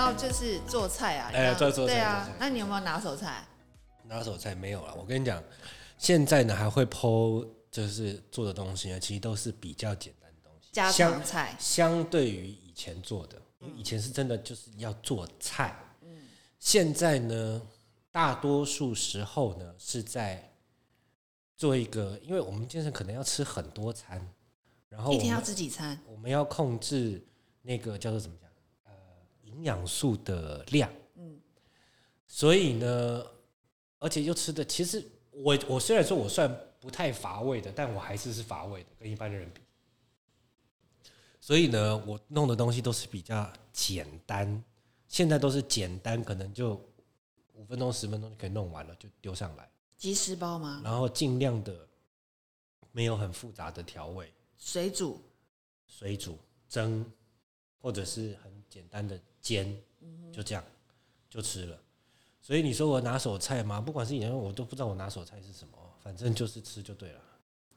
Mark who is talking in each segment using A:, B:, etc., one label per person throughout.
A: 啊就是做菜啊，
B: 哎
A: 要
B: 做做菜
A: 对啊
B: 做菜。
A: 那你有没有拿手菜？
B: 拿手菜没有啊了。我跟你讲，现在呢还会剖，就是做的东西呢，其实都是比较简单的东西，
A: 家常菜，
B: 相对于以前做的，因为以前是真的就是要做菜，现在呢，大多数时候呢是在做一个，因为我们健身可能要吃很多餐，然后
A: 一
B: 哦我
A: 天要
B: 们
A: 吃几餐？
B: 我们要控制那个叫做怎么讲，呃，营养素的量，
A: 嗯，
B: 所以呢，而且又吃的，其实我我虽然说我算不太乏味的，但我还是是乏味的，跟一般的人比。所以呢，我弄的东西都是比较简单，现在都是简单，可能就五分钟、十分钟就可以弄完了，就丢上来，
A: 即食包吗？
B: 然后尽量的没有很复杂的调味，
A: 水煮？
B: 水煮、蒸，或者是很简单的煎，
A: 嗯
B: 就这样就吃了。所以你说我拿手菜吗？不管是以前我都不知道我拿手菜是什么，反正就是吃就 对了。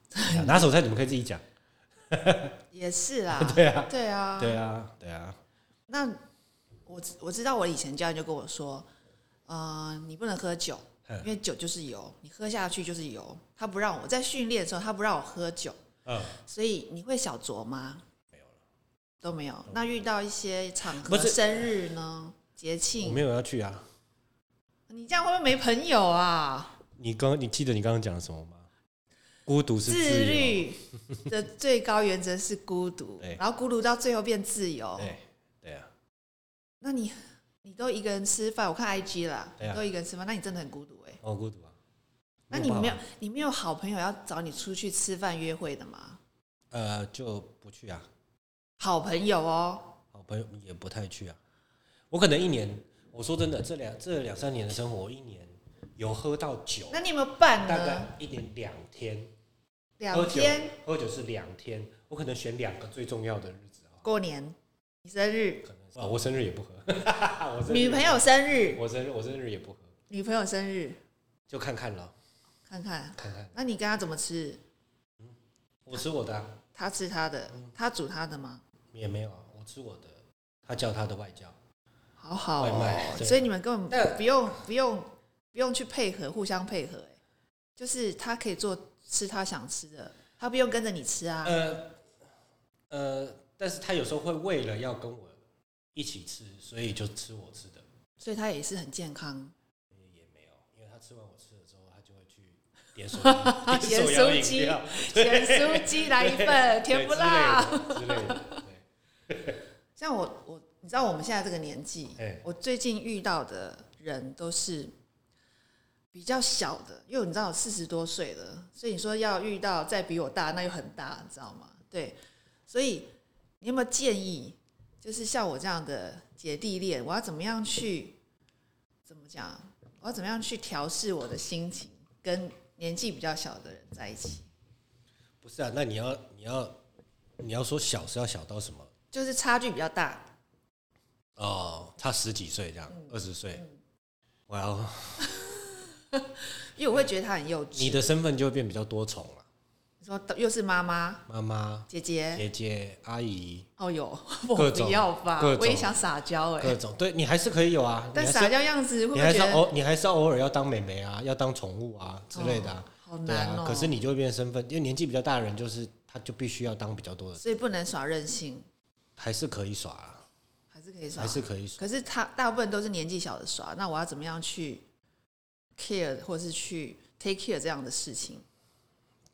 B: 对啊拿手菜你们可以自己讲。 。
A: 也是啦
B: 对啊，
A: 对啊。
B: 对啊，对啊，
A: 那我知我知道，我以前教练就跟我说，呃，你不能喝酒，
B: 嗯
A: 因为酒就是油，你喝下去就是油。他不让我在训练的时候，他不让我喝酒，
B: 嗯，
A: 所以你会小酌吗？
B: 没有了
A: 都没有。那遇到一些场合，
B: 不是
A: 生日呢、节
B: 我
A: 庆，
B: 没有要去啊。
A: 你这样会不会没朋友啊？
B: 你刚你记得你刚刚讲什么吗？孤独是自
A: 自
B: 由。
A: 律的最高原则是孤独
B: 对，
A: 然后孤独到最后变自由。
B: 对对啊，
A: 那你你都一个人吃饭，我看 IG 啦，
B: 对啊
A: 你都一个人吃饭，那你真的很孤独哎、
B: 我孤独啊。
A: 那你没有
B: 办法
A: 你没有好朋友要找你出去吃饭约会的吗？
B: 呃就不去啊？
A: 好朋友哦，
B: 好朋友也不太去啊。我可能一年，我说真的，这两这两三年的生活，我一年有喝到酒，
A: 那你嗯有没有伴
B: 大
A: 呢？
B: 概一年两天，
A: 两天
B: 喝酒喝酒是两天，我可能选两个最重要的日子啊，
A: 过年，你生日，
B: 可能是啊，我生日也不喝，我生日
A: 女朋友生日，
B: 我生日我生日也不喝，
A: 女朋友生日，
B: 就看看了，
A: 看看，
B: 看看，
A: 那你跟他怎么吃？
B: 我吃我的、啊、
A: 他吃他的，他煮他的吗？
B: 也没有啊，我吃我的，他叫他的外教，
A: 好好
B: 外卖
A: 哦，
B: 对
A: 所以你们根本
B: 但
A: 不用不用不用去配合，互相配合，哎，就是他可以做吃他想吃的，他不用跟着你吃啊。
B: 呃呃，但是他有时候会为了要跟我一起吃，所以就吃我吃的。
A: 所以他也是很健康。
B: 也没有，因为他吃完我吃的之后，他就会去点手摇
A: 点
B: 点
A: 手
B: 手
A: 摇
B: 摇
A: 饮
B: 饮
A: 料
B: 料，
A: 咸酥鸡来一份，呃甜不辣。
B: 之类的。
A: 像我我，你知道我们现在这个年纪
B: 哎，
A: 我最近遇到的人都是比较小的，因为你知道我四十多岁了，所以你说要遇到再比我大，那又很大，你知道吗？对，所以你有没有建议，就是像我这样的姐弟恋，我要怎么样去怎么讲？我要怎么样去调试我的心情，跟年纪比较小的人在一起？
B: 不是啊，那你要你要你要说小是要小到什么？
A: 就是差距比较大，
B: 哦，差十几岁这样，
A: 嗯
B: 二十岁，哇哦，
A: 因为我会觉得他很幼稚。
B: 你的身份就会变比较多重了，
A: 你说又是妈妈、
B: 妈妈、
A: 姐姐，
B: 姐姐、阿姨，
A: 哦哟， 我
B: 各种
A: 不要吧
B: 各，种
A: 我也想撒娇哎、
B: 各种，对你还是可以有啊，
A: 但
B: 你还
A: 撒
B: 是
A: 娇样子会不
B: 你
A: 会
B: 还
A: 觉
B: 是
A: 得
B: 偶你还是偶尔要当美眉啊，要当宠物啊之类的啊。
A: 好
B: 对
A: 难哦、
B: 啊，可是你就会变身份，因为年纪比较大的人，就是他就必须要当比较多的
A: 哦所以不能耍任性，
B: 还是可以耍、啊，
A: 还是可以耍
B: 还。是可以耍。
A: 可是他大部分都是年纪小的耍，那我要怎么样去 care 或是去 take care 这样的事情？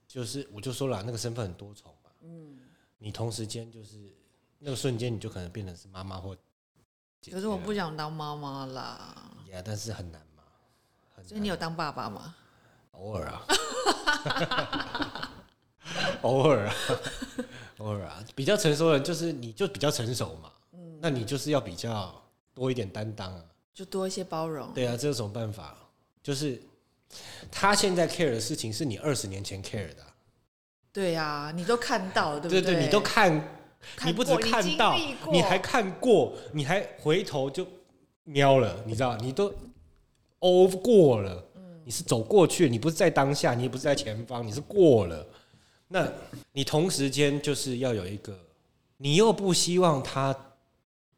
B: 就是我就说了啊，那个身份很多重嘛。嗯，你同时间就是那个瞬间，你就可能变成是妈妈或姐姐。
A: 可是我不，想当妈妈啦，
B: 呀，但是很难嘛，很
A: 所以
B: 难。
A: 你有当爸爸吗？
B: 嗯偶尔啊，偶尔啊，偶尔啊，比较成熟的人就是你就比较成熟嘛。嗯，那你就是要比较多一点担当啊。
A: 就多一些包容。
B: 对啊，这有什么办法？就是他现在 care 的事情，是你二十年前 care 的啊、
A: 对啊，你都看到了，对不
B: 对
A: 对
B: 你都看
A: 看
B: 你不止
A: 过你
B: 看
A: 经
B: 到
A: 历，过
B: 你还看过，你还回头就瞄了，你知道，你都 o 过了，你是走过去，你不是在当下，你也不是在前方，你是过了。那你同时间就是要有一个，你又不希望他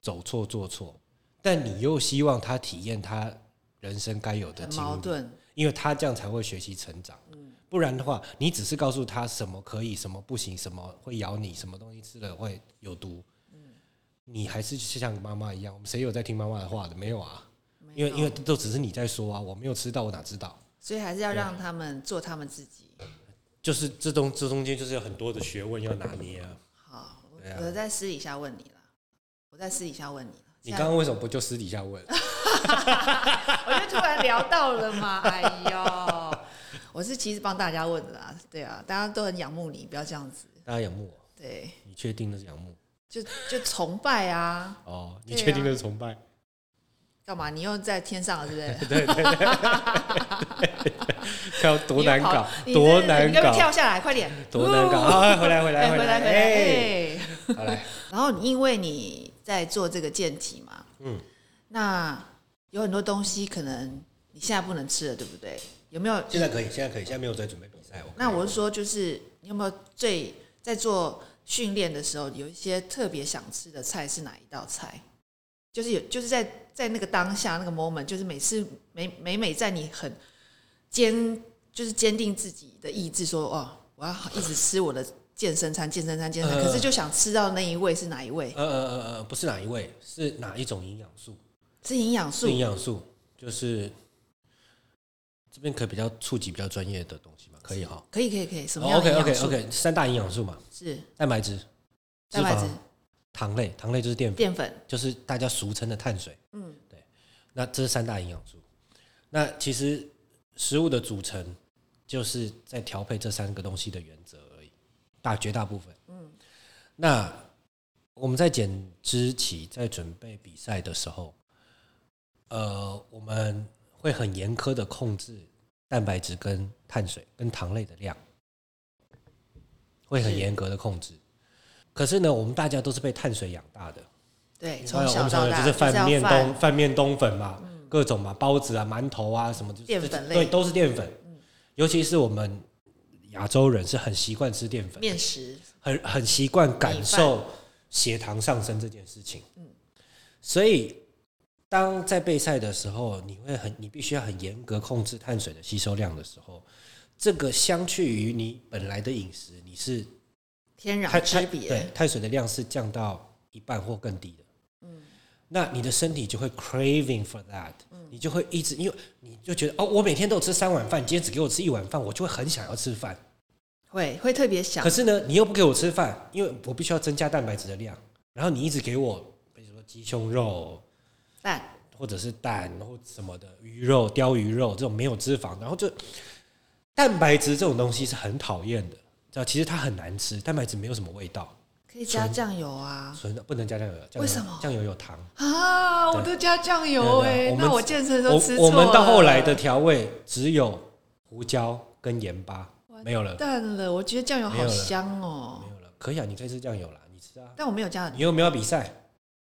B: 走错做错，但你又希望他体验他人生该有的
A: 很
B: 经
A: 矛
B: 历，
A: 盾。
B: 因为他这样才会学习成长。
A: 嗯
B: 不然的话，你只是告诉他什么可以，什么不行，什么会咬你，什么东西吃了会有毒，
A: 嗯
B: 你还是像妈妈一样。我们谁有在听妈妈的话的？没有啊，
A: 没
B: 因为
A: 有
B: 因为都只是你在说啊，我没有吃到，我哪知道？
A: 所以还是要让他们做他们自己。
B: 就是这中这中间就是有很多的学问要拿 捏啊。
A: 好，我
B: 对啊
A: 我在私底下问你了，我在私底下问你了。
B: 你刚刚为什么不就私底 下问？
A: 我就突然聊到了嘛， 哎呦，我是其实帮大家问的啦，对啊，大家都很仰慕你，不要这样子，
B: 大家仰慕我，
A: 对，
B: 你确定那是仰慕？
A: 就就崇拜啊，
B: 哦，你
A: 对啊
B: 确定那是崇拜？
A: 干嘛？你又在天上了，是不是？
B: 对对对，看多难搞，
A: 你
B: 多
A: 这
B: 难
A: 你干嘛
B: 搞
A: 跳，下来，快点，
B: 多难搞！
A: 呜
B: 啊！回来回来
A: 哎
B: 回
A: 回来
B: 来，
A: 回来，
B: 哎，
A: 哎
B: 好来，
A: 然后你因为你在做这个健体嘛，
B: 嗯，
A: 那有很多东西可能你现在不能吃了，对不对？有没有？
B: 现在可以，现在可以，现在没有在准备比赛。
A: 那我是说，就是你有没有最在做训练的时候，有一些特别想吃的菜是哪一道菜？就是有，就是在在那个当下那个 moment，就是每次每每每在你很坚，就是坚定自己的意志说，哦，我要一直吃我的健身餐，健身餐，健身餐，
B: 呃
A: 可是就想吃到那一位是哪一位？
B: 呃呃呃呃，不是哪一位，是哪一种营养素？
A: 是营养素
B: 是营养素，就是这边可以比较触及比较专业的东西嘛？可以哈。
A: 可以可以可以，什么样的
B: OK
A: 营养
B: 哦 OK
A: 素
B: OK，三大营养素嘛，
A: 是
B: 蛋白质、脂
A: 蛋白
B: 肪
A: 质、、
B: 糖类，糖类就是淀粉。
A: 淀粉？
B: 就是大家俗称的碳水。
A: 嗯，
B: 对。那这是三大营养素。那其实食物的组成就是在调配这三个东西的原则而已，大绝大部分。嗯。那我们在减脂期，在准备比赛的时候，呃，我们会很严苛的控制蛋白质跟碳水跟糖类的量，会很
A: 是
B: 严格的控制。可是呢，我们大家都是被碳水养大的，
A: 对，
B: 我
A: 从
B: 们
A: 小
B: 常
A: 到
B: 有
A: 大
B: 就是
A: 要
B: 饭面
A: 饭嗯
B: 冬饭面冬粉嘛，各种嘛，包子啊、馒头啊什么，就是
A: 淀粉类嗯
B: 对，都是淀粉。尤其是我们亚洲人是很习惯吃淀粉，
A: 面食
B: 很很习惯感受血糖上升这件事情。所以当在备赛的时候，你会很你必须要很严格控制碳水的吸收量的时候，这个相去于你本来的饮食，你是
A: 天壤
B: 碳
A: 之
B: 碳
A: 别。
B: 对碳水的量是降到一半或更低的。那你的身体就会 craving for that，、你就会一直，因为你就觉得哦，我每天都有吃三碗饭，今天只给我吃一碗饭，我就会很想要吃饭。
A: 会会特别想
B: 可，是呢，你又不给我吃饭，因为我必须要增加蛋白质的量，然后你一直给我，比如说鸡胸肉
A: 但
B: 或者是蛋或什么的鱼肉、鲷鱼肉这种没有脂肪，然后就蛋白质这种东西是很讨厌的，知道？其实它很难吃，蛋白质没有什么味道。
A: 可以加酱油啊
B: 纯的不能加酱油，酱油
A: 为什么
B: 酱油有糖。
A: 啊！我都加酱油
B: 对对
A: 哎、
B: 我们
A: 那我健身都
B: 我
A: 吃错
B: 我们到后来的
A: 了
B: 调味只有胡椒跟盐巴，没有了，
A: 淡了，我觉得酱油
B: 没有
A: 好
B: 了
A: 香哦、
B: 没有了。可以啊，你可以吃酱油啦，你吃啊。
A: 但我没有加很
B: 你又没有比赛，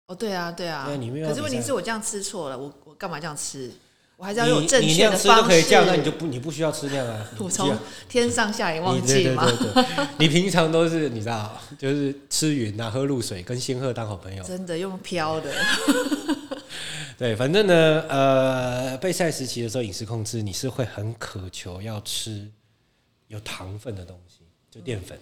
A: 哦，对啊对啊
B: 对你没有
A: 可是问题
B: 比赛
A: 是我这样吃错了，我我干嘛这样吃？我还是
B: 你
A: 要有正
B: 你那
A: 确
B: 样
A: 的
B: 吃
A: 方
B: 就
A: 式。
B: 可以这样，那你就不你不需要吃那样啊。
A: 我
B: 你
A: 从天上下来忘
B: 你对
A: 记
B: 对
A: 吗？
B: 对对，你平常都是你知道，就是吃云啊，喝露水，跟仙鹤当好朋友。
A: 真的用飘的，
B: 对，反正呢，呃，备赛时期的时候，饮食控制你是会很渴求要吃有糖分的东西，就淀粉。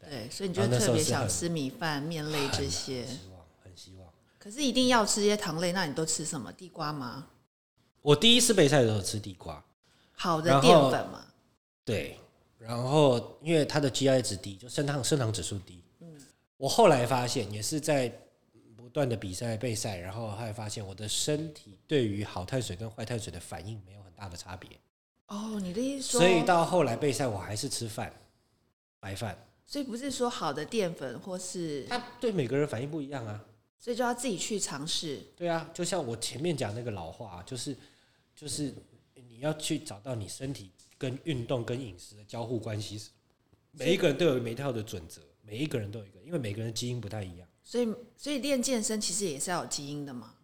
A: 对，所以你就
B: 然后啊那时
A: 特
B: 候
A: 别
B: 是
A: 想
B: 很
A: 吃米饭、面类这些。
B: 希望，很希望。
A: 可是一定要吃一些糖类，那你都吃什么？地瓜吗？
B: 我第一次备赛的时候吃地瓜，
A: 好的
B: 然后
A: 淀粉嘛，
B: 对，然后因为它的 GI 值低，就升糖升糖指数低。嗯，我后来发现也是在不断的比赛备赛，然后还发现我的身体对于好碳水跟坏碳水的反应没有很大的差别，
A: 哦，你的意思说，
B: 所以到后来备赛我还是吃饭，白饭。
A: 所以不是说好的淀粉或是，
B: 它对每个人反应不一样啊。
A: 所以就要自己去尝试。
B: 对啊，就像我前面讲那个老话、啊就是就是你要去找到你身体跟运动跟饮食的交互关系是什么。每一个人都有每一套的准则，每一个人都有一个，因为每个人基因不太一样。
A: 所以所以练健身其实也是要有基因的嘛，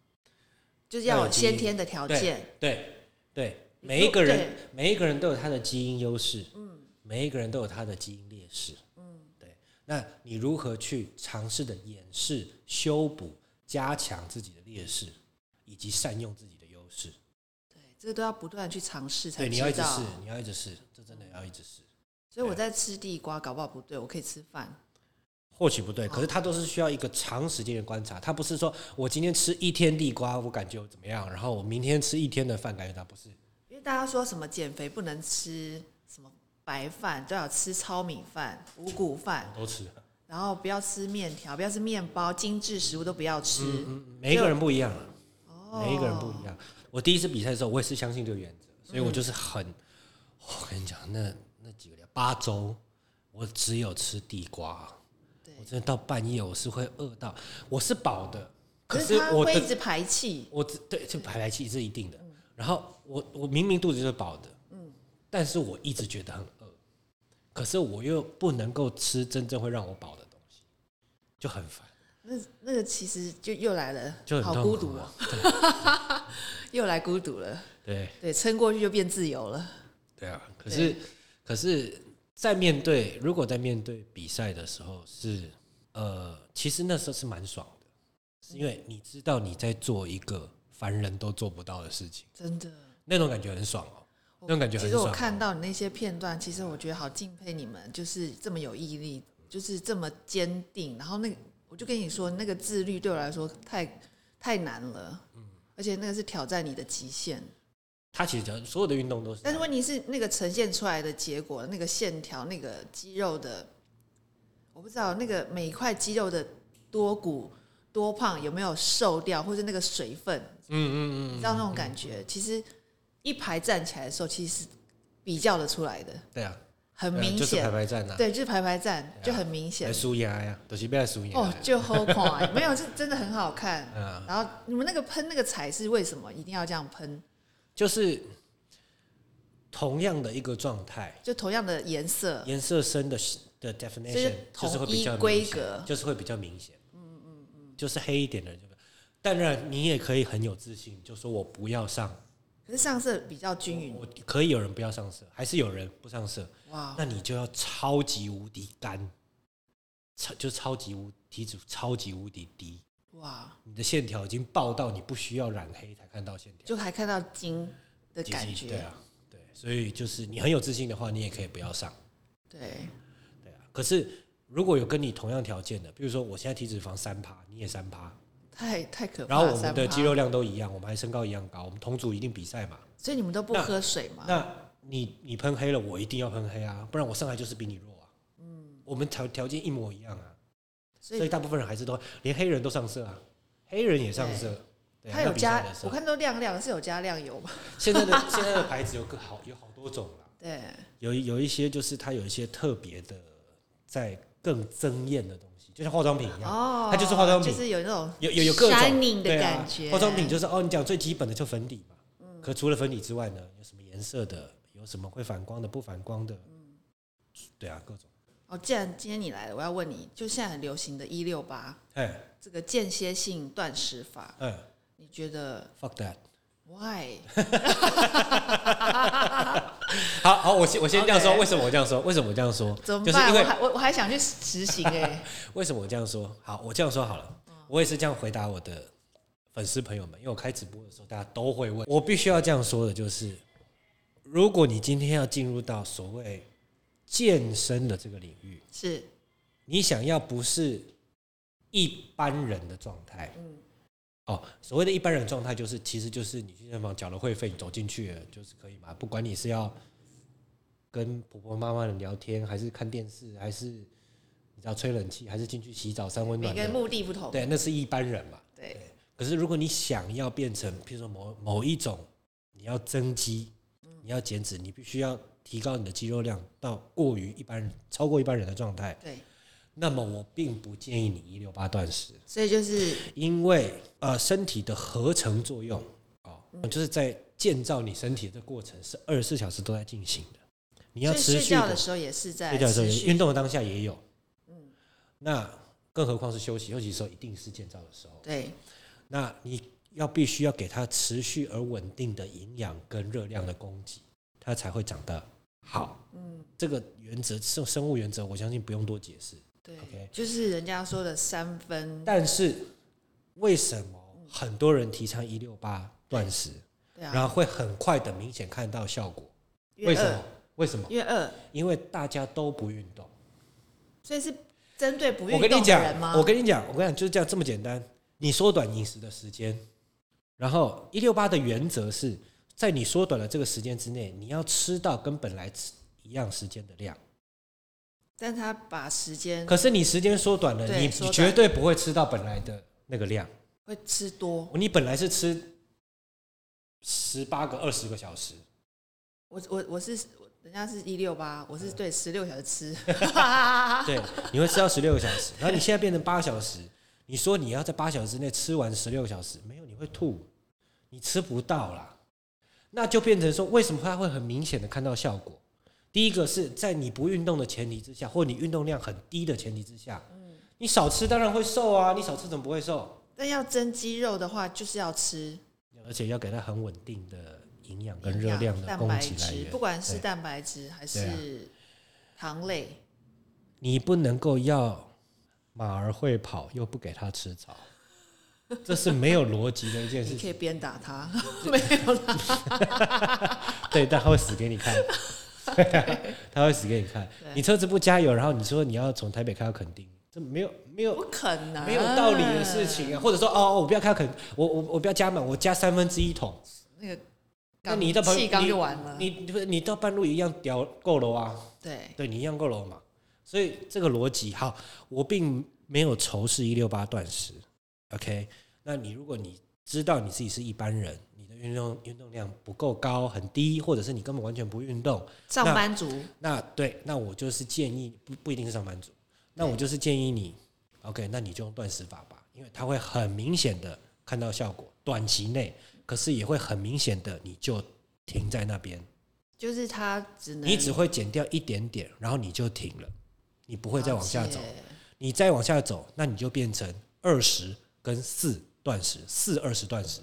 A: 就是要
B: 要
A: 有
B: 有基因
A: 先天的条件。
B: 对对，
A: 你
B: 每一
A: 说
B: 个人
A: 对
B: 每一个人都有他的基因优势，嗯，每一个人都有他的基因劣势，嗯，对。那你如何去尝试的掩饰、修补、加强自己的劣势？以及善用自己的优势。
A: 对，这都要不断去尝试才
B: 对，你
A: 知
B: 要一直
A: 道
B: 试。，你要一直试，这真的要一直试。
A: 所以我在吃地瓜，搞不好不对，我可以吃饭。
B: 或许不对，
A: 哦
B: 可是它都是需要一个长时间的观察，它不是说我今天吃一天地瓜，我感觉我怎么样，然后我明天吃一天的饭，感觉它不是。
A: 因为大家说什么减肥不能吃什么白饭，都要吃糙米饭、五谷饭，
B: 都吃，
A: 然后不要吃面条，不要吃面包，精致食物都不要吃。
B: 嗯，每一个人不一样，
A: 哦
B: 每一个人不一样。我第一次比赛的时候，我也是相信这个原则，
A: 嗯
B: 所以我就是很，我跟你讲，那那几个礼拜八周，我只有吃地瓜，
A: 对
B: 我真的到半夜我是会饿到，我是饱的，可
A: 是他
B: 我
A: 会
B: 的
A: 一直排气，
B: 我只对就排排气是一定的。然后我我明明肚子就是饱的，
A: 嗯
B: 但是我一直觉得很饿，可是我又不能够吃真正会让我饱的东西，就很烦，
A: 那那个其实就又来了，
B: 就很
A: 好
B: 痛
A: 孤
B: 苦
A: 独哦
B: 啊，
A: 又来孤独了。
B: 对
A: 对，撑过去就变自由了。
B: 对啊，可是可是在面对如果在面对比赛的时候是呃，其实那时候是蛮爽的，是因为你知道你在做一个凡人都做不到的事情，
A: 真的，
B: 那种感觉很爽哦，
A: 我
B: 那种感觉
A: 其
B: 很
A: 实我
B: 爽。
A: 看到你那些片段，其实我觉得好敬佩你们，就是这么有毅力，就是这么坚定。然后那个，我就跟你说，那个自律对我来说太太难了，
B: 嗯
A: 而且那个是挑战你的极限。
B: 它其实所有的运动都是这
A: 但
B: 样，
A: 是问题是，那个呈现出来的结果，那个线条、那个肌肉的，我不知道那个每一块肌肉的多骨、多胖有没有瘦掉，或是那个水分，
B: 嗯嗯嗯
A: 你知道那种感觉。其实一排站起来的时候，其实是比较的出来的，
B: 对啊，
A: 很
B: 对啊
A: 明
B: 就是排
A: 显。
B: 排站啊，
A: 对，就是排排站，
B: 对啊
A: 就很明
B: 来
A: 显。
B: 输压呀，都、就是被输压。
A: 哦，就好 看，没有，这真的很好看。
B: 嗯，
A: 然后你们那个喷那个彩是为什么一定要这样喷？
B: 就是同样的一个状态，
A: 就同样的颜色，
B: 颜色深的的 definition
A: 同
B: 就是会
A: 一
B: 比较明显
A: 规格
B: 就是会比较明显。嗯嗯嗯，就是黑一点的就。当然，你也可以很有自信，就说我不要上，
A: 可是上色比较均匀。
B: 我可以有人不要上色，还是有人不上色，
A: 哇，哦
B: 那你就要超级无敌干，超就超级无体脂超级无敌低，
A: 哇，
B: 你的线条已经爆到你不需要染黑才看到线条。
A: 就还看到金的
B: 其实
A: 感
B: 对
A: 觉，
B: 啊，对，所以就是你很有自信的话，你也可以不要上，
A: 对，
B: 对啊。可是如果有跟你同样条件的，比如说我现在体脂肪三趴，你也三趴，
A: 太太可怕
B: 然
A: 了。
B: 后我们的
A: 三趴
B: 肌肉，量都一样，我们还身高一样高，我们同组一定比赛嘛，
A: 所以你们都不
B: 那
A: 喝水嘛？
B: 那你你喷黑了，我一定要喷黑啊，不然我上来就是比你弱啊。嗯，我们条条件一模一样啊，
A: 所
B: 所以
A: 以
B: 大部分人还是都连黑人都上色啊，黑人也上色。对啊
A: 它有
B: 那比赛
A: 加
B: 的，时
A: 我
B: 候，
A: 看都亮亮，是有加亮油 嘛？
B: 现在的现在的牌子有个好有好多种啊啦。
A: 对，
B: 有一有一些就是它有一些特别的，在更增艳的东西，就像化妆品一样，
A: 哦，
B: 它就是化妆品
A: 就是有那种
B: 有有有各种
A: shining 的
B: 对啊
A: 感觉，嗯
B: 化妆品就是哦，你讲最基本的就粉底嘛，可除了粉底之外呢，有什么颜色的，有什么会反光的，不反光的，
A: 嗯
B: 对啊，各种，
A: 哦，既然今天你来了，我要问你，就现在很流行的“一六八
B: 哎”
A: 这个间歇性断食法，
B: 嗯
A: 你觉得
B: ，fuck that，
A: why？
B: 好好，我先我先这样说，
A: OK
B: 为什么我这样说？为什么我这样说？
A: 怎么
B: 就是
A: 办？
B: 因为
A: 我还我我还想去实行哎、
B: 为什么我这样说？好，我这样说好了，我也是这样回答我的粉丝朋友们，因为我开直播的时候，大家都会问。我必须要这样说的就是，如果你今天要进入到所谓健身的这个领域，
A: 是
B: 你想要不是一般人的状态，
A: 嗯
B: 哦，所谓的一般人状态就是，其实就是你去健身房缴了会费，你走进去了就是可以嘛，不管你是要跟婆婆妈妈的聊天，还是看电视，还是你知道吹冷气，还是进去洗澡三温
A: 每
B: 暖
A: 个人
B: 的，
A: 目的不同，
B: 对，那是一般人嘛。
A: 对
B: 可是如果你想要变成，譬如说某某一种，你要增肌，
A: 嗯
B: 你要减脂，你必须要提高你的肌肉量到过于一般人、超过一般人的状态，
A: 对，
B: 那么我并不建议你一六八断食，
A: 所以就是
B: 因为呃身体的合成作用哦，
A: 嗯
B: 就是在建造你身体的过程是二十四小时都在进行的，你要
A: 所以
B: 持
A: 睡
B: 续
A: 觉的
B: 的
A: 时候也是在
B: 睡觉的时候
A: 持
B: 也，运
A: 续，
B: 动的当下也有，
A: 嗯
B: 嗯，那更何况是休息，休息的时候一定是建造的时候，
A: 对，
B: 那你要必须要给它持续而稳定的营养跟热量的供给，它才会长得好。
A: 嗯，
B: 这个原则，生生物原则，我相信不用多解释。
A: 对
B: OK
A: 就是人家说的三分，
B: 但是为什么很多人提倡一六八断食，
A: 对
B: 然
A: 啊，
B: 后会很快的明显看到效果。
A: 因
B: 为什
A: 饿
B: 么？为什么？
A: 因为饿，
B: 因为大家都不运动。
A: 所以是针对不
B: 我
A: 运
B: 跟你
A: 动的人
B: 讲，
A: 吗？
B: 我跟你讲，我跟你讲，就是这样这么简单。你缩短饮食的时间，然后一六八的原则是在你缩短的这个时间之内，你要吃到跟本来吃一样时间的量。
A: 但他把时间
B: 可是你时间缩短了，
A: 对
B: 你
A: 缩
B: 你
A: 短
B: 绝对不会吃到本来的那个量。
A: 会吃多。
B: 你本来是吃十八个、二十个小时，
A: 我我我是人家是一六八，我
B: 嗯
A: 是对十六小时 吃，啊
B: 对，你会吃到十六个小时，然后你现在变成八小时，你说你要在八小时内吃完十六个小时，没有，你会吐，你吃不到啦。那就变成说，为什么它会很明显的看到效果？第一个是在你不运动的前提之下，或你运动量很低的前提之下，
A: 嗯
B: 你少吃当然会瘦啊，你少吃怎么不会瘦？
A: 但要增肌肉的话，就是要吃
B: 而且要给它很稳定的营养跟
A: 营
B: 热
A: 养
B: 量的
A: 蛋
B: 供
A: 白
B: 给来
A: 质，
B: 源
A: 不，管是
B: 对啊
A: 蛋白质还是糖类，
B: 你不能够要马儿会跑又不给它吃草，这是没有逻辑的一件事
A: 你可
B: 情。
A: 以鞭打 它，没有啦。
B: 对，但它会死给 你看，对啊，它会死给你看。你车子不加油，然后你说你要从台北开到垦丁，这没有没有
A: 不可能，
B: 没有道理的事。情啊！或者说哦，哦我不要开到垦，我我我不要加满，我加三分之一桶。
A: 那个
B: 那
A: 缸
B: 你到旁
A: 气缸就完了，
B: 你你你到半路一样屌够了啊！
A: 对，
B: 对你一样够了嘛？所以这个逻辑好，我并没有仇视一六八断食，OK？那你如果你知道你自己是一般人，你的运动运动量不够高，很低，或者是你根本完全不运动，
A: 上班族
B: 那对，那我就是建议不不一定是上班族，那我就是建议你，OK？那你就用断食法吧，因为它会很明显的看到效果，短期内，可是也会很明显的你就停在那边。
A: 就是他只能
B: 你只会减掉一点点，然后你就停了，你不会再往下走
A: 了。解
B: 你再往下走，那你就变成二十跟四断食，四二十断食。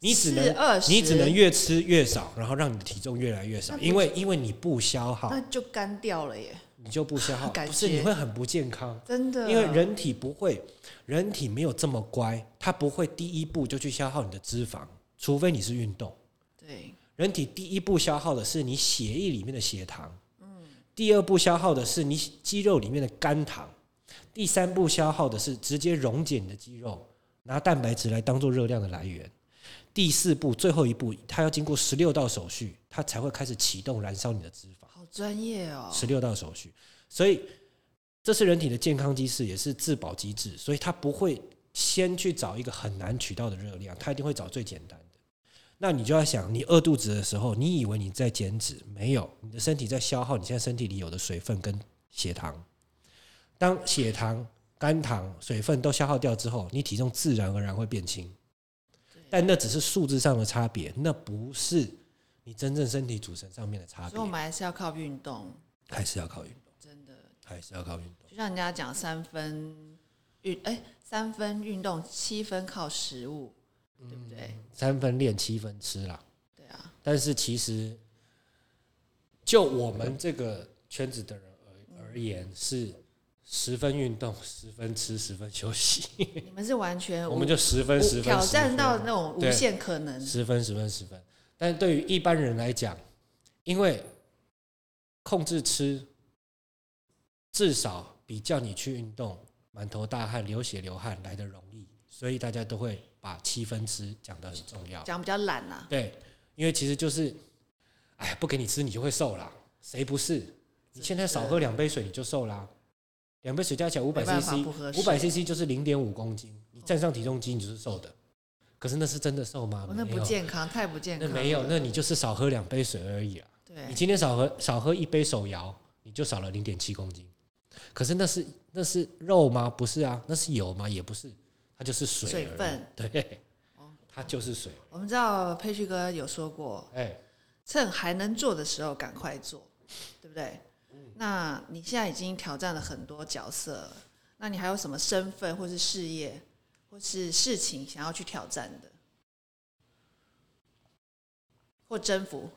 B: 你只
A: 四
B: 能
A: 20
B: 你只能越吃越少，然后让你的体重越来越少，
A: 那不
B: 因为因为你不消耗
A: 那，就干掉了耶，
B: 你就不消耗，
A: 感
B: 不是
A: 觉啊
B: 你会很不健康。
A: 真的。
B: 因为人体不会，人体没有这么乖，它不会第一步就去消耗你的脂肪，除非你是运动。
A: 对
B: 人体第一步消耗的是你血液里面的血糖，第二步消耗的是你肌肉里面的肝糖，第三步消耗的是直接溶解你的肌肉，拿蛋白质来当做热量的来源。第四步，最后一步，它要经过十六道手续，它才会开始启动燃烧你的脂肪。
A: 好专业哦，
B: 十六道手续，所以这是人体的健康机制，也是自保机制，所以它不会先去找一个很难取到的热量，它一定会找最简单的。那你就要想，你饿肚子的时候，你以为你在减脂，没有，你的身体在消耗你现在身体里有的水分跟血糖。当血糖、肝糖、水分都消耗掉之后，你体重自然而然会变轻
A: 对。
B: 但那只是数字上的差别，那不是你真正身体组成上面的差
A: 所
B: 别
A: 以我，们还是要靠运动，
B: 还是要靠运动。
A: 真的。
B: 还是要靠运动。
A: 就像人家讲三分运，哎、三分运动，七分靠食物，
B: 嗯
A: 对不对？
B: 三分练，七分吃啦。
A: 对啊，
B: 但是其实，就我们这个圈子的人而而言，是十分运动，十分吃，十分休息。
A: 你们是完全
B: 我们就十
A: 无
B: 分、十分
A: 挑战到那
B: 10
A: 种
B: 对
A: 无限可能
B: 分，十分、十分、十分。但是对于一般人来讲，因为控制吃，至少比叫你去运动、满头大汗、流血流汗来的容易，所以大家都会把七分吃讲得很重要。
A: 讲比较懒啊，
B: 对，因为其实就是，哎，不给你吃你就会瘦啦，谁不是？你现在少喝两杯水你就瘦啦，两杯水加起来五百
A: 没办法
B: CC，
A: 不合适
B: 五百 CC 就是零点五公斤，你站上体重机你就是瘦的。可是那是真的瘦吗
A: 我？哦那
B: 啊没
A: 不
B: 有，
A: 健康，太不健
B: 那
A: 康，
B: 没有，，那你就是少喝两杯水而已啊。
A: 对
B: 你，今天少喝少喝一杯手摇，你就少了零点七公斤。可是那是那是肉吗？不是啊，那是油吗？也不是，它就是水
A: 水
B: 而已
A: 分。
B: 对
A: 哦，
B: 它就是水。
A: 我们知道佩旭哥有说过，
B: 哎，
A: 趁还能做的时候赶快做，对不对？那你现在已经挑战了很多角色了，那你还有什么身份或是事业或是事情想要去挑战的， 或征服？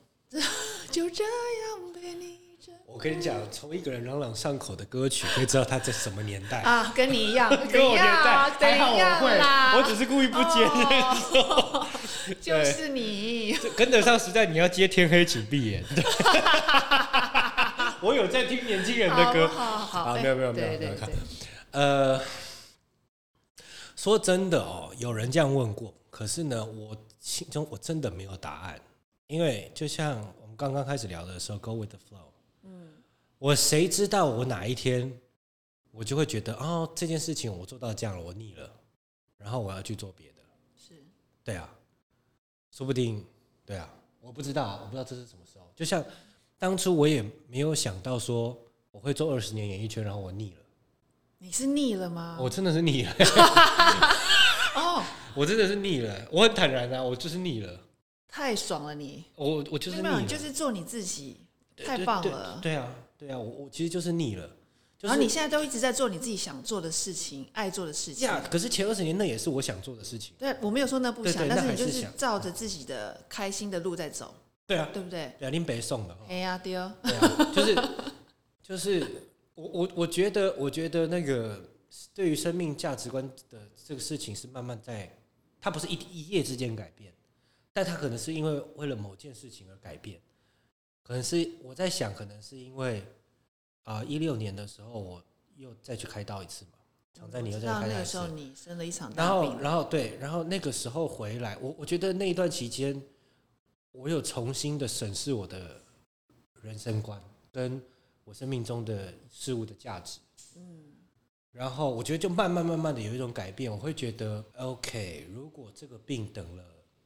A: 就这样被你
B: 我跟你讲，从一个人朗朗上口的歌曲，可以知道他在什么年代。
A: 啊，跟你一样，
B: 跟我
A: 怎
B: 年代
A: 样，怎
B: 还好我
A: 样
B: 会，
A: 啦？
B: 我只是故意不接那种。
A: 哦 就是你，
B: 这跟得上时代，你要接天黑请闭眼。 我有在听年轻人的歌，
A: 好好好
B: 啊
A: 哎
B: 没有没有没有
A: 对
B: 没有
A: 对
B: 看
A: 对，
B: 呃，说真的哦，有人这样问过，可是呢，我心中我真的没有答案，因为就像我们刚刚开始聊的时候，Go with the flow，
A: 嗯，
B: 我谁知道我哪一天我就会觉得哦，这件事情我做到这样了，我腻了，然后我要去做别的，
A: 是
B: 对啊，说不定，对啊，我不知道，我不知道这是什么时候。就像当初我也没有想到说我会做二十年演艺圈，然后我腻了，
A: 你是腻了吗？
B: 我真的是腻了。
A: 哦，
B: 我真的是腻了，我很坦然啊，我就是腻了，
A: 太爽了你，
B: 我我就是腻
A: 没有，
B: 了，
A: 你就是做你自己，
B: 对
A: 太
B: 对
A: 棒
B: 对
A: 了。
B: 对啊，对啊，我我其实就是腻了，就
A: 然
B: 是
A: 后你现在都一直在做你自己想做的事情，爱做的事情。
B: 呀，可是前二十年那也是我想做的事情，
A: 对，我没有说那不想，
B: 对对
A: 但
B: 那
A: 是
B: 还
A: 你就是是
B: 想
A: 照着自己的开心的路在走，
B: 对啊，
A: 对不对？
B: 对啊，林北送的哦，
A: 哎呀，对哦，
B: 对啊，就是 就是我我我觉得我觉得那个对于生命价值观的这个事情是慢慢在，它不是一一夜之间改变，但它可能是因为为了某件事情而改变，可能是我在想，可能是因为啊一六年的时候我又再去开刀一次嘛，常在你 又
A: 我知
B: 再
A: 道
B: 开
A: 那
B: 刀一
A: 个时
B: 次
A: 候，你生了一场
B: 然
A: 大
B: 后，
A: 病，
B: 然后对，然后那个时候回来，我我觉得那一段期间，我有重新的审视我的人生观，跟我生命中的事物的价值。
A: 嗯，
B: 然后我觉得就慢慢慢慢的有一种改变，我会觉得 OK，如果这个病等了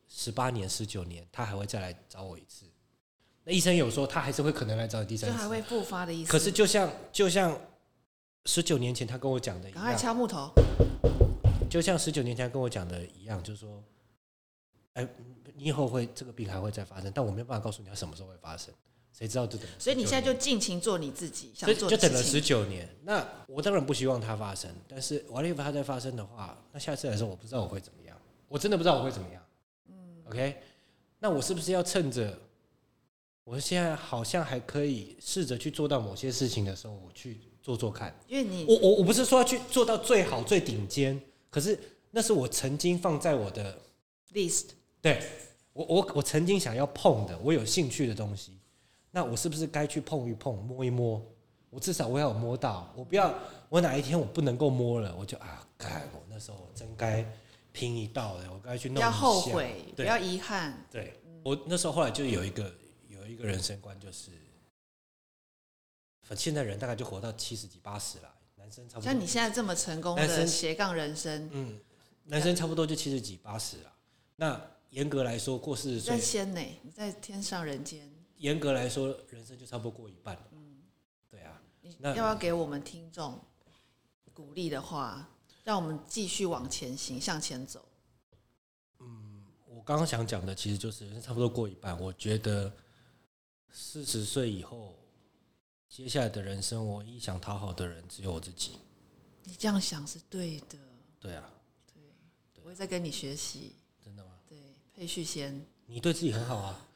B: 十八年、十九年，他还会再来找我一次。那医生有说他还是会可能来找你第
A: 就
B: 三
A: 还
B: 次，啊
A: 会复发的意思。
B: 可是就像就像十九年前他跟我讲的一
A: 赶快
B: 样，
A: 敲木头，
B: 就像十九年前跟我讲的一样，就是说，哎，你以后会这个病还会再发生，但我没有办法告诉你它什么时候会发生，谁知道就等了19年。
A: 所以你现在就尽情做你自己想
B: 就
A: 做
B: 就
A: 的
B: 等了
A: 事
B: 十
A: 情。
B: 九年。那我当然不希望它发生，但是万一它再发生的话，那下次来说我不知道我会怎么样，我真的不知道我会怎么样。嗯，OK，那我是不是要趁着我现在好像还可以试着去做到某些事情的时候，我去做做看？
A: 因为你
B: 我我我不是说要去做到最好最顶尖，可是那是我曾经放在我的
A: list
B: 对我我我曾经想要碰的，我有兴趣的东西，那我是不是该去碰一碰、摸一摸？我至少我要有摸到，我不要我哪一天我不能够摸了，我就啊，看我那时候我真该拼一道的，我该去弄
A: 不
B: 一下。
A: 要后悔，不
B: 对
A: 要遗憾。
B: 对我那时候后来就有一个有一个人生观，就是现在人大概就活到七十几八十了，男生差不多
A: 像你现在这么成功
B: 男生
A: 的斜杠人生，
B: 嗯，男生差不多就七十几、八十了。那严格来说，过四十
A: 你在
B: 岁，
A: 仙呢，你在天上人间，
B: 严格来说，人生就差不多过一半了。对啊，
A: 你
B: 那
A: 要不要给我们听众鼓励的话，让我们继续往前行，向前走？
B: 我刚刚想讲的其实就是人生差不多过一半。我觉得四十岁以后，接下来的人生，我一想讨好的人只有我自己。
A: 你这样想是对的，
B: 对啊，
A: 我会再跟你学习。
B: 真的吗？
A: 对，佩旭先
B: 你对自己很好啊，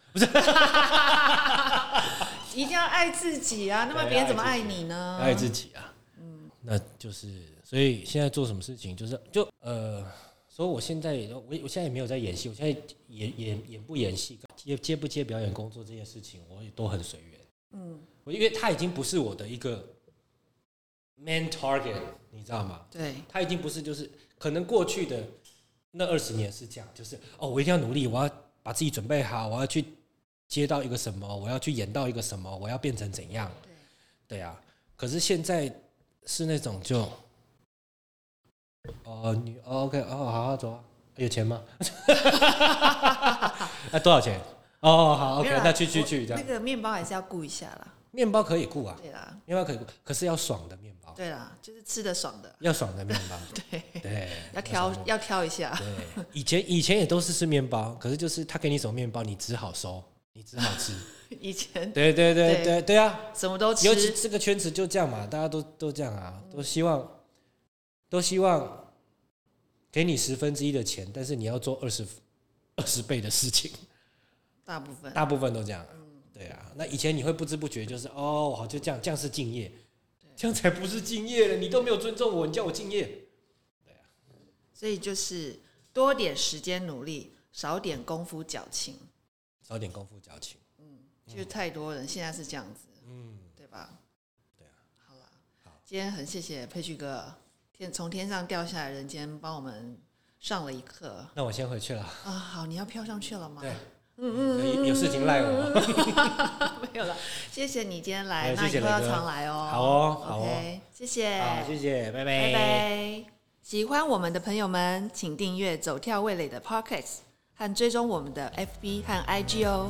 A: 一定要爱自己啊，那么
B: 对
A: 别人怎么
B: 要爱
A: 爱
B: 自己
A: 你呢？
B: 爱自己啊。嗯，那就是所以现在做什么事情，就是就呃，所以我现在也我我现在也没有在演戏，我现在演演演不演戏，接接不接表演工作这件事情，我也都很随缘。
A: 嗯，
B: 我因为他已经不是我的一个 main target，你知道吗？
A: 对，
B: 他已经不是就是可能过去的那二十年是这样，就是哦，我一定要努力，我要把自己准备好，我要去接到一个什么，我要去演到一个什么，我要变成怎样？
A: 对，
B: 对啊。可是现在是那种就哦，你哦 OK 哦，好好走啊，有 钱吗？那、多少钱？哦，好
A: 没
B: OK，
A: 有啦
B: 那去去
A: 我
B: 去这样
A: 那。个面包还是要顾一下啦。
B: 面包可以雇啊，
A: 对啦，
B: 面包可以雇，可是要爽的面包，
A: 对啦，就是吃的爽的，
B: 要爽的面包，
A: 对，
B: 对，
A: 要挑
B: 爽的面
A: 要挑一下。
B: 包。对，以前以前也都是吃面包，可是就是他给你什么面包，你只好收，你只好 吃。
A: 以前
B: 对对对
A: 对
B: 对对啊！
A: 什么都吃
B: 尤，其这个圈子就这样嘛，大家都都这样啊，都希望都希望给你十分之一的钱，但是你要做二十二十倍的事情，
A: 大部分
B: 大部分都这样啊。对啊，那以前你会不知不觉就是哦，好就这样，这样是敬业，这样才不是敬业了，你都没有尊重我，你叫我敬业，
A: 所以就是多点时间努力，少点功夫矫情。
B: 少点功夫矫情。
A: 其实太多人现在是这样子，
B: 嗯，
A: 对吧？
B: 对啊。
A: 好了，
B: 好
A: 今天很谢谢佩旭哥，天从天上掉下来，人间帮我们上了一课
B: 那我先回去了。
A: 啊。好，你要飘上去了吗？
B: 对，嗯嗯，有事情赖我。
A: 没有了，谢谢你今天来，
B: 哎
A: 那
B: 谢谢
A: 以后要
B: 雷哥
A: 常来哦。
B: 好哦好哦
A: OK，谢谢，
B: 好，谢谢，拜
A: 拜拜。喜欢我们的朋友们，请订阅“走跳味蕾”的 Podcast 和追踪我们的 FB 和 IG 哦。